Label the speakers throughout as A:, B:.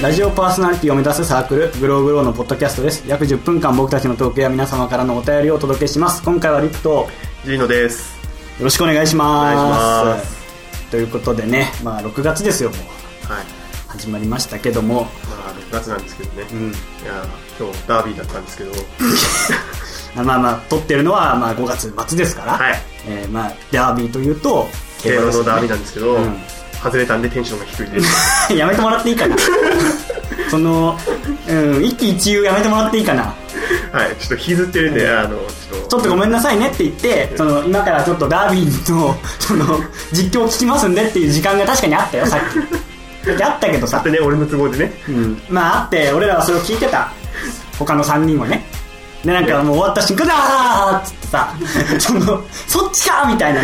A: ラジオパーソナリティを目指すサークルグローグローのポッドキャストです約10分間僕たちのトークや皆様からのお便りをお届けします今回はリップとよ
B: ジーノです
A: ろしくお願いします
B: お願いします
A: ということでねまあ6月ですよもう
B: はい
A: 始まりましたけども
B: まあ6月なんですけどね、
A: うん
B: いやー今日ダービーだったんですけど
A: まあまあ撮ってるのはまあ5月末ですから、
B: はい
A: えーまあダービーというと
B: 競馬
A: ですよ
B: の
A: ね
B: ダービーなんですけど、
A: うん
B: 外れたんでテンションが低いです
A: やめてもらっていいかなその、うん、一喜一憂やめてもらっていいかな
B: はいちょっと引きずってるんで、
A: うん
B: あのちょっと
A: ちょっとごめんなさいねって言ってその今からちょっとダービーの その実況を聞きますんでっていう時間が確かにあったよさっきさっきあったけどさ
B: だって、ね俺の都合でね
A: うん、まああって俺らはそれを聞いてた他の3人はねでなんかもう終わった瞬間だーっつって さそのそっちかみたいな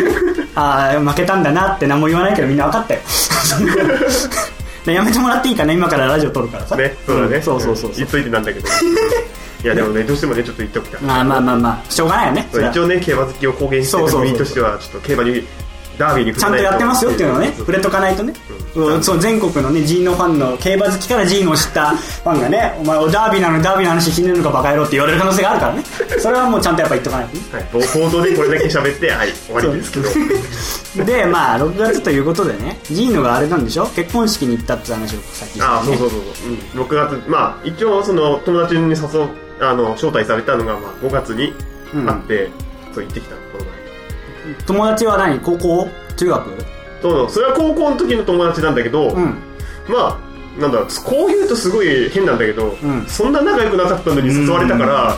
A: ああ負けたんだなって何も言わないけどみんな分かった よそのでやめてもらっていいかな今からラジオ撮るからさ
B: ねそうだね、
A: んそうそうそう
B: うん
A: そう
B: 言っといてなんだけどいやでもねどうしてもねちょっと言っときた
A: まあまあまあまあしょうがないよねそれは
B: 一応ね競馬好きを公言して
A: そう
B: る
A: そうそう
B: 国としてはちょっと競馬にダービーに
A: ちゃんとやってますよっていうのをね触れとかないとね、
B: う
A: う
B: ん
A: んそう全国のねジーノファンの競馬好きからジーノを知ったファンがね「お前おダービーなのにダービーの話ひねるのかバカ野郎」って言われる可能性がある からねそれはもうちゃんとやっぱ言っとかないとね
B: はい、冒冒頭でこれだけ喋ってはい終わりですけど
A: でまあ6月ということでねジーノがあれなんでしょ結婚式に行ったって話をさっき
B: ああそう
A: う
B: そうそうそう、うん、6月まあ一応その友達に誘うあの招待されたのが、まあ、5月にあって、そう行ってきたこの前
A: 友達は何高校中学
B: そうそれは高校の時の友達なんだけど、
A: うん
B: まあなんだろうこう言うとすごい変なんだけど、
A: ん
B: そんな仲良くなかったのに誘われたから、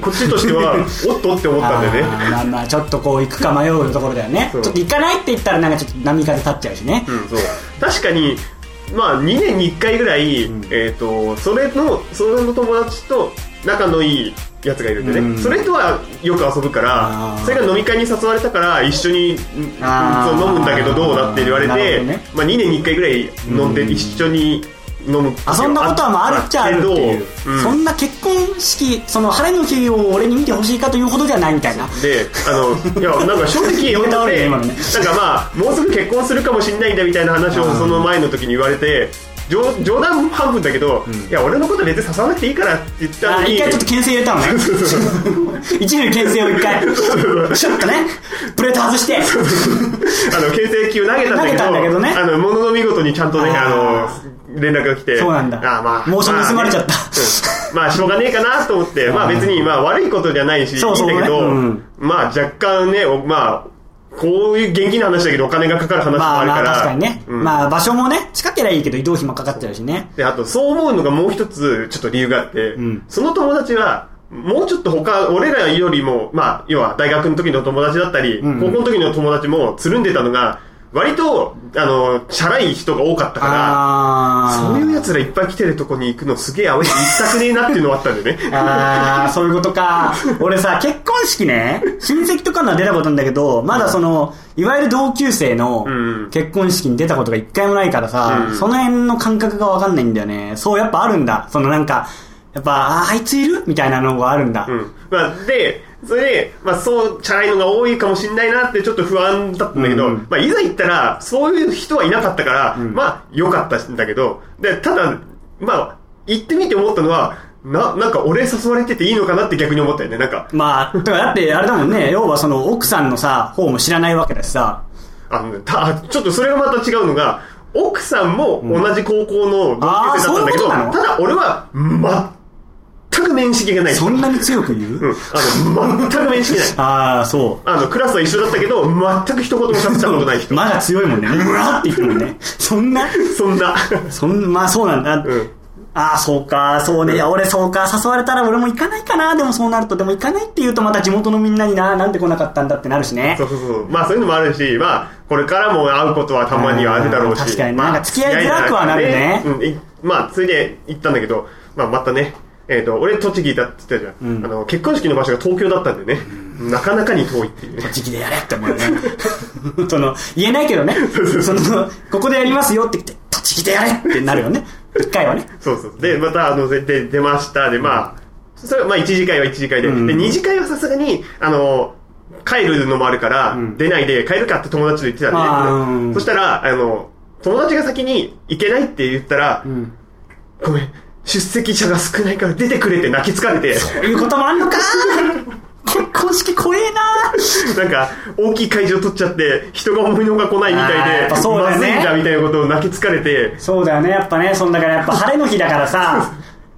B: こっちとしてはおっとって思ったんだよね
A: あーまあまあちょっとこう行くか迷うところだよねち
B: そ
A: ょっ
B: う
A: と行かないって言ったらなんかちょっと波風立っちゃうしね、
B: うん、そう確かに、まあ、2年に1回ぐらい、えー、とそれのそれの友達と仲のいいやつがいるんでね、
A: うん
B: それとはよく遊ぶか
A: あ
B: ら
A: ー
B: それが飲み会に誘われたから一緒にうん
A: あー
B: そう飲むんだけどどうだって言われ
A: なる
B: て、
A: ほどね
B: まあ、2年に1回ぐらい飲んで一緒に飲む
A: あそんなことはまああるっちゃあるっていう、
B: けどうん
A: そんな結婚式その晴れの日を俺に見てほしいかというほどではないみたいな
B: で、あの、いや、なんか正 直言っ
A: 倒れ
B: て、
A: る
B: な
A: 今
B: ん
A: の
B: か
A: ね
B: まあ、もうすぐ結婚するかもしんないんだみたいな話
A: あ
B: を
A: ー
B: その前の時に言われて、冗冗談半分だけど、いや、俺のこと別に誘わなくていいからって言った
A: あ
B: のに、
A: 一回ちょっと牽制入れたのね一流牽制を一回ちょっとねプレート外 して
B: あの、形成球投げたんだけど、
A: 投げたんだけどね
B: あの、ものの見事にちゃんとね、
A: あ
B: あの、連絡が来て、
A: そうなんだ
B: あーまあ、
A: 妄想盗まれちゃった
B: まあねうんまあ、しょうがねえかなと 思って、まあ別に、まあ悪いことじゃないし、
A: そうそう
B: いいんだけど、
A: ねうん
B: まあ若干ね、おまあ、こういう現金の話だけどお金がかかる話も
A: ま
B: あ
A: あ
B: る
A: ま
B: か
A: あ
B: ら、
A: 確かにね、
B: うん
A: まあ場所もね近ければいいけど移動費もかかっちゃうしね
B: で、あと、そう思うのがもう一つ、ちょっと理由があって、
A: ん
B: その友達は、もうちょっと他、俺らよりも、まあ、要は大学の時の友達だったり、
A: ん
B: 高校の時の友達もつるんでたのが、割と、あの、チャラい人が多かったから、
A: ああ
B: そういう奴らいっぱい来てるとこに行くのすげえ青いし行きたくねえなっていうのはあったんだよね。
A: あーそういうことか。俺さ、結婚式ね、親戚とかのは出たことなんだけど、まだその、いわゆる同級生の
B: うん
A: 結婚式に出たことが一回もないからさ、
B: うん
A: その辺の感覚がわかんないんだよね。そう、やっぱあるんだ。そのなんか、やっぱ、あーあいついるみたいなのがあるんだ。
B: うん。まあ、で、それで、まあ、そう、チャラいのが多いかもしんないなってちょっと不安だったんだけど、
A: うんうん
B: まあ、いざ行ったら、そういう人はいなかったから、まあ、良かったんだけど、で、ただ、まあ、行ってみて思ったのは、な、なんか俺誘われてていいのかなって逆に思ったよね、なんか。
A: まあ、だからだってあれだもんね、要はその奥さんのさ、方も知らないわけだしさ、
B: あの、た、ちょっとそれがまた違うのが、奥さんも同じ高校の同級
A: あー
B: 生だったんだけ
A: そういうこ
B: ど、
A: となの
B: ただ俺は、全く面識がない。
A: そんなに強く言う、
B: うん。あの、全く面識ない。
A: ああ、そう。
B: あの、クラスは一緒だったけど、全く一言も喋ったことない人。
A: まだ強いもんね。うわーって言ってもんね。そんな
B: そんな。
A: そんまあそうなんだ、
B: うん
A: ああそうかそうね、いや俺そうか誘われたら俺も行かないかなでもそうなるとでも行かないって言うとまた地元のみんなにななんで来なかったんだってなるしね
B: そうそうそう。まあそういうのもあるし、まあ、これからも会うことはたまにはあるだろうし。
A: うん確かに
B: まあ
A: なんか付き合いづらくはなるね
B: うんいまあ、それで行ったんだけど、まあまたね、えっ、と、俺栃木だって言ったじゃん。あの、結婚式の場所が東京だったんでね、なかなかに遠いっていうね。
A: 栃木でやれって思うよね その言えない けどねそのここでやりますよって言って栃木でやれってなるよね一回はね
B: そうそう。で、また、あの、で、で出ました。で、まあ、それは、まあ、1次会は1次会で。で、2次会はさすがに、あの、帰るのもあるから、出ないで、帰るかって友達と言ってた
A: あー
B: ん
A: う
B: で
A: ん
B: ね。そしたら、あの、友達が先に行けないって言ったら、ごめん、出席者が少ないから出てくれって泣きつかれて、
A: そういうこともあんのか結 婚式怖えな
B: なんか、大きい会場取っちゃって、人が思いのほか来ないみ
A: あー
B: た
A: や
B: い
A: っ
B: で、
A: ぱそうだよ
B: まず
A: ね
B: いんだみたいなことを泣きつかれて、
A: そうだよねやっぱねそんだからやっぱ晴れの日だからさ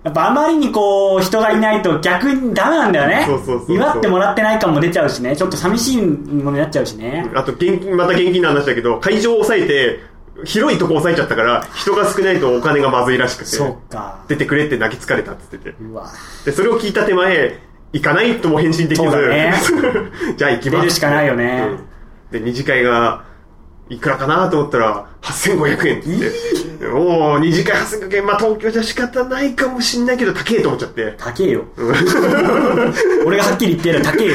A: やっぱあまりにこう人がいないと逆にダメなんだよね
B: そうそうそうそう
A: 祝ってもらってない感も出ちゃうしねちょっと寂しいものになっちゃうしね、
B: あと現金、また現金の話だけど、会場を抑えて、広いとこ抑えちゃったから、人が少ないとお金がまずいらしくて、
A: そうか
B: 出てくれって泣きつかれたって言ってて。
A: うわ
B: で、それを聞いた手前、行かないとも返信できず、
A: そうだね
B: じゃあ行きます。
A: 出るしかないよね
B: うんで、二次会が、いくらかなと思ったら、8500円って言って、おお二次会8500円、まあ東京じゃ仕方ないかもしんないけど、高えと思っちゃって。
A: 高えよ俺がはっきり言ってやる高えよ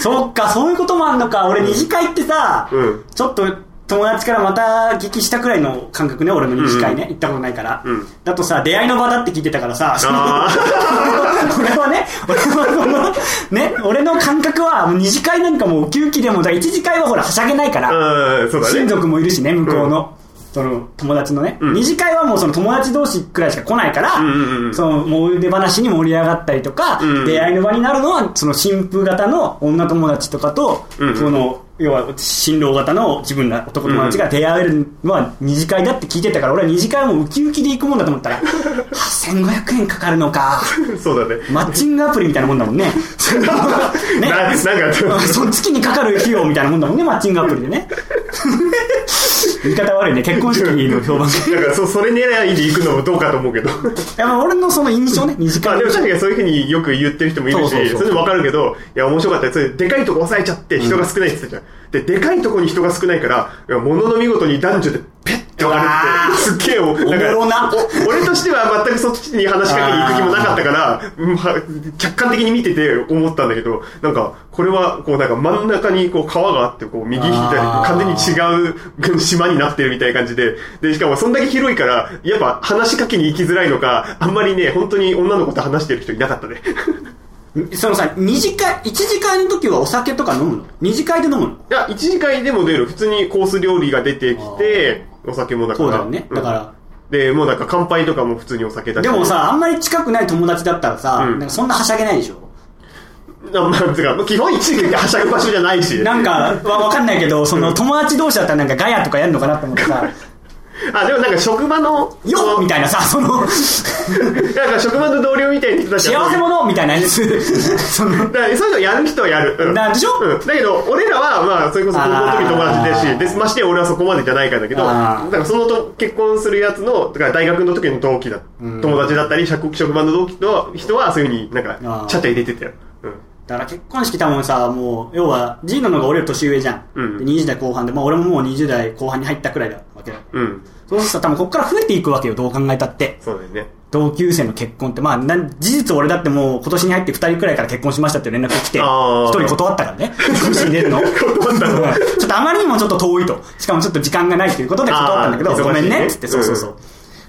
A: そっかそういうこともあんのか俺二次会ってさ、
B: うん
A: ちょっと友達からまた激したくらいの感覚ね俺も二次会ね、行ったことないから、
B: ん
A: だとさ出会いの場だって聞いてたからさ
B: あ
A: 俺はね俺はそのね俺の感覚はもう二次会なんかもうウキウキでもだから一次会はほらはしゃげないから、
B: あ、うん、そうだね。
A: 親族もいるしね向こうの、その友達のね、二次会はもうその友達同士くらいしか来ないから、
B: んうんうん
A: そのもう腕話に盛り上がったりとか、
B: ん
A: 出会いの場になるのはその新婦型の女友達とかと、
B: んうん
A: その要は新郎型の自分ら男友達が出会えるのは二次会だって聞いてたから俺は二次会はもうウキウキで行くもんだと思っ たら8500円かかるのか
B: そうだね。
A: マッチングアプリみたいなもんだもんね ね
B: ななん か、
A: その月にかかる費用みたいなもんだもんね、マッチングアプリで ね。言い方悪いね、結婚式の評判 が。
B: なんかそ、それ狙いで行くのもどうかと思う けど。
A: やっぱ俺のその印象ね、二次
B: まあ
A: 会
B: でも確かにそういうふうによく言ってる人もいるし、
A: そ
B: そう
A: そう
B: れ
A: そう
B: でもわかるけど、いや、面白かったよ。それでかいとこ抑えちゃって人が少ないって言ってたじゃん。で、でかいとこに人が少ないから、いや物の見事に男女でペッて割
A: うわー
B: れて、すっげえお、
A: おもろな
B: お俺としては全くそっちに話しかけに行く気もなかったから、うんは客観的に見てて思ったんだけど、なんか、これは、こうなんか真ん中にこう川があって、こう右左、
A: あー
B: 完全に違う島になってるみたいな感じで、で、しかもそんだけ広いから、やっぱ話しかけに行きづらいのか、あんまりね、本当に女の子と話してる人いなかったね。
A: そのさ、二次会、一次会の時はお酒とか飲むの二次会で飲むの
B: いや、一次会でも出る。普通にコース料理が出てきて、お酒もだから。
A: そうだよね。だから、
B: うんで、もうなんか乾杯とかも普通にお酒だし。
A: でも、さ、あんまり近くない友達だったらさ、
B: うん
A: なんかそんなはしゃげないでしょ
B: ななんつうか、基本一次会ってはしゃぐ場所じゃないし。
A: なんか、わわかんないけど、その友達同士だったらなんかガヤとかやるのかなと思って さ、
B: あ、でもなんか職場の、
A: よっみたいなさ、そ の、
B: なんか職場の同僚みたいな人たちは
A: 幸せ者みたいなやつ、 その、
B: だからそういうのやる人はやる。うん
A: なんでしょ
B: うん。だけど、俺らは、まあ、それこそ高校の時友達
A: あー
B: だし、で、ましてや俺はそこまでじゃないからだけど、
A: あ
B: だ
A: ー
B: からそのと結婚するやつの、だから大学の時の同期だ、友達だったり、職職場の同期の人は、そういうふうになん
A: あ
B: か
A: ー、
B: ちゃっちゃ入れてたよ。うん。
A: だから結婚式多分さ、もう、要は、ジーノの方が俺より年上じゃん。
B: うん
A: で20代後半で、まあ俺ももう20代後半に入ったくらいだわけだ。
B: うん。
A: そうするとさ、多分こっから増えていくわけよ、どう考えたって。
B: そうだよね。
A: 同級生の結婚って、まあ、なん事実俺だってもう今年に入って2人くらいから結婚しましたって連絡来て、
B: あー
A: 1人断ったからね、結婚式に出るの。
B: 断ったの
A: ちょっとあまりにもちょっと遠いと。しかもちょっと時間がないということで断ったんだけ
B: あ
A: ど、
B: ー
A: ごめん
B: 忙しい
A: ね、
B: ね
A: つって、そうそうそう。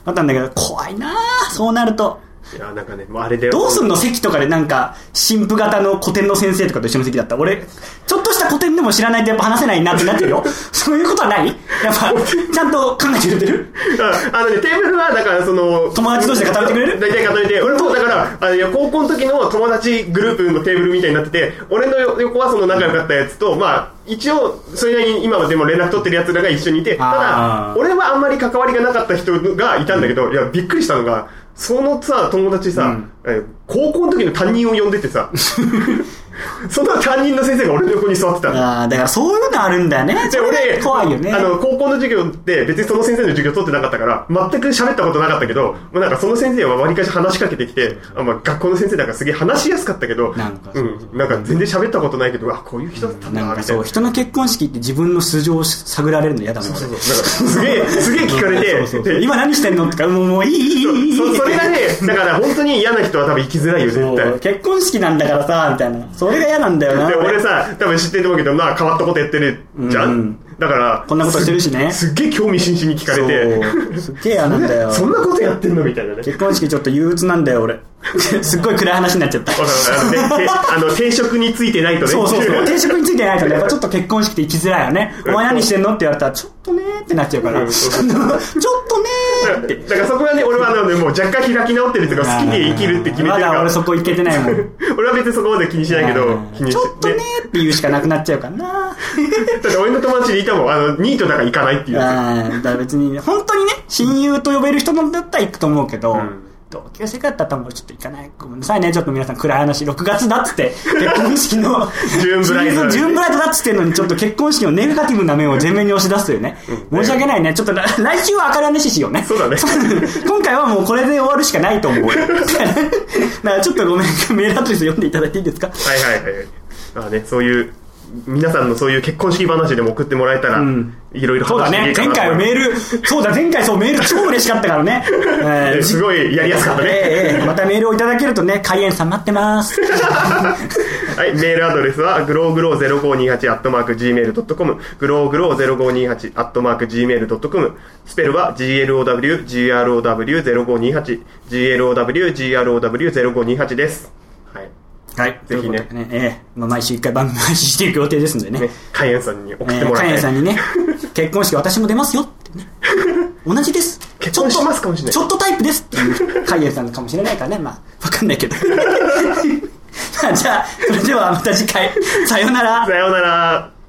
A: だったんだけど、怖いなあそうなると。
B: いや、なんかね、もうあれだよ。
A: どうすんの席とかでなんか、神父型の古典の先生とかと一緒の席だった。俺、ちょっとした古典でも知らないとやっぱ話せないなってなってる よ。そういうことはないやっぱ、ちゃんと考えてくれてる
B: ああのね、テーブルは、だからその、
A: 友達同士で固めてくれる
B: 大体固めて、俺もだから、あのいや高校の時の友達グループのテーブルみたいになってて、俺のよ横はその仲良かったやつと、まあ、一応、それなりに今はでも連絡取ってるやつらが一緒にいて、た
A: あ
B: だ
A: ー、
B: 俺はあんまり関わりがなかった人がいたんだけど、いや、びっくりしたのが、そのさ、友達さ、え高校の時の担任を呼んでて さ、その担任の先生が俺の横に座ってたの。
A: ああ、だからそういうのあるんだよね。
B: で俺
A: 怖いよね。
B: あの高校の授業って別にその先生の授業取ってなかったから全く喋ったことなかったけど、まあ、なんかその先生はわりかし話しかけてきてあ、まあ、学校の先生だからすげえ話しやすかったけど
A: なんか
B: うん、なんか全然喋ったことないけどあこういう人だったんだ
A: な
B: み
A: んか
B: たいな。
A: そう、人の結婚式って自分の素性を探られるの嫌だもん。
B: なんかすげえ、すげえ聞かれて、
A: そうそうそう
B: で
A: 今何してんのとか、もう、もういい、いい、いい、いい。
B: そそれがね、だから本当に嫌な人は多分行きづらいよ、
A: そ
B: 絶対
A: う。結婚式なんだからさ、みたいな。それが嫌なんだよな。
B: で、俺さ、多分知ってると思うけど、まあ変わったことやってるじゃん。
A: うん
B: だから、
A: こんなことしてるしね
B: すすっげえ興味津々に聞かれ
A: そうす
B: て、
A: っげえ嫌なんだ よ
B: そんなことやってんのみたいなね。
A: 結婚式ちょっと憂鬱なんだよ、俺。 すっごい暗い話になっちゃった。
B: わかるわかるあのねてあの定職についてないとね
A: そうそうそう。定職についてないとね、やっぱちょっと結婚式って行きづらいよね。お前何してんのって言われたら、ちょっとねーってなっちゃうから。
B: うん
A: ちょっとね
B: だからだからそこがね、俺はあの、もう若干開き直ってるとか、好きで生きるって決めてる
A: ま
B: から。
A: だ俺そこ行けてないもん
B: 俺は別にそこまで気にしないけど、気にして
A: ちょっとねって言うしかなくなっちゃうからな
B: だって俺の友達でいたもん、あの、ニートだから行かないっていう
A: あ
B: や
A: ーだから別に、本当にね、親友と呼べる人だったら行くと思うけど、
B: ん、
A: 同級生だったらもうちょっと行かない。ごめんなさいね、ちょっと皆さん暗い話、6月だっつって、結婚式の
B: ジューンブライドだね
A: ジューンブライドだっつってんのに、ちょっと結婚式のネガティブな面を前面に押し出すというね。申し訳ないね。ちょっと来来週は明るい話しようね。
B: そうだね
A: 今回はもうこれで終わるしかないと思う。だからだからちょっとごめん、メールアドレス読んでいただいていいですか
B: つ。はいはいはいはい。まあね、そういう、皆さんのそういう結婚式話でも送ってもらえたら、
A: ん
B: いろいろ
A: そうだ
B: 話してい
A: ね前
B: い。かな
A: 回はメール、そうだ、前回そうメール超嬉しかったからね。えー
B: すごいやりやすかったね。
A: ええええまたメールをいただけるとね、開演さん待ってます。
B: はい、メールアドレスは、グローグロー0528アットマーク Gmail.com、グローグロー0528アットマーク Gmail.com、スペルは GLOWGROW0528、GLOWGROW0528 です。はい。
A: はい、
B: ぜひね
A: ということでええまあ、毎週一回番組 配信していく予定ですんでね。
B: ね、カイエンさんに送って
A: え
B: も
A: え
B: ら
A: カ
B: い
A: エ
B: た
A: ン
B: い。
A: さんに ね、結婚式私も出ますよってね。同じです。
B: 結婚しますかもしれない
A: ちょっとちょっとタイプですっていうカイエンさんかもしれないからね、まあ、わかんないけ ど。 まあじゃあ、それではまた次回、さようなら。
B: さようなら。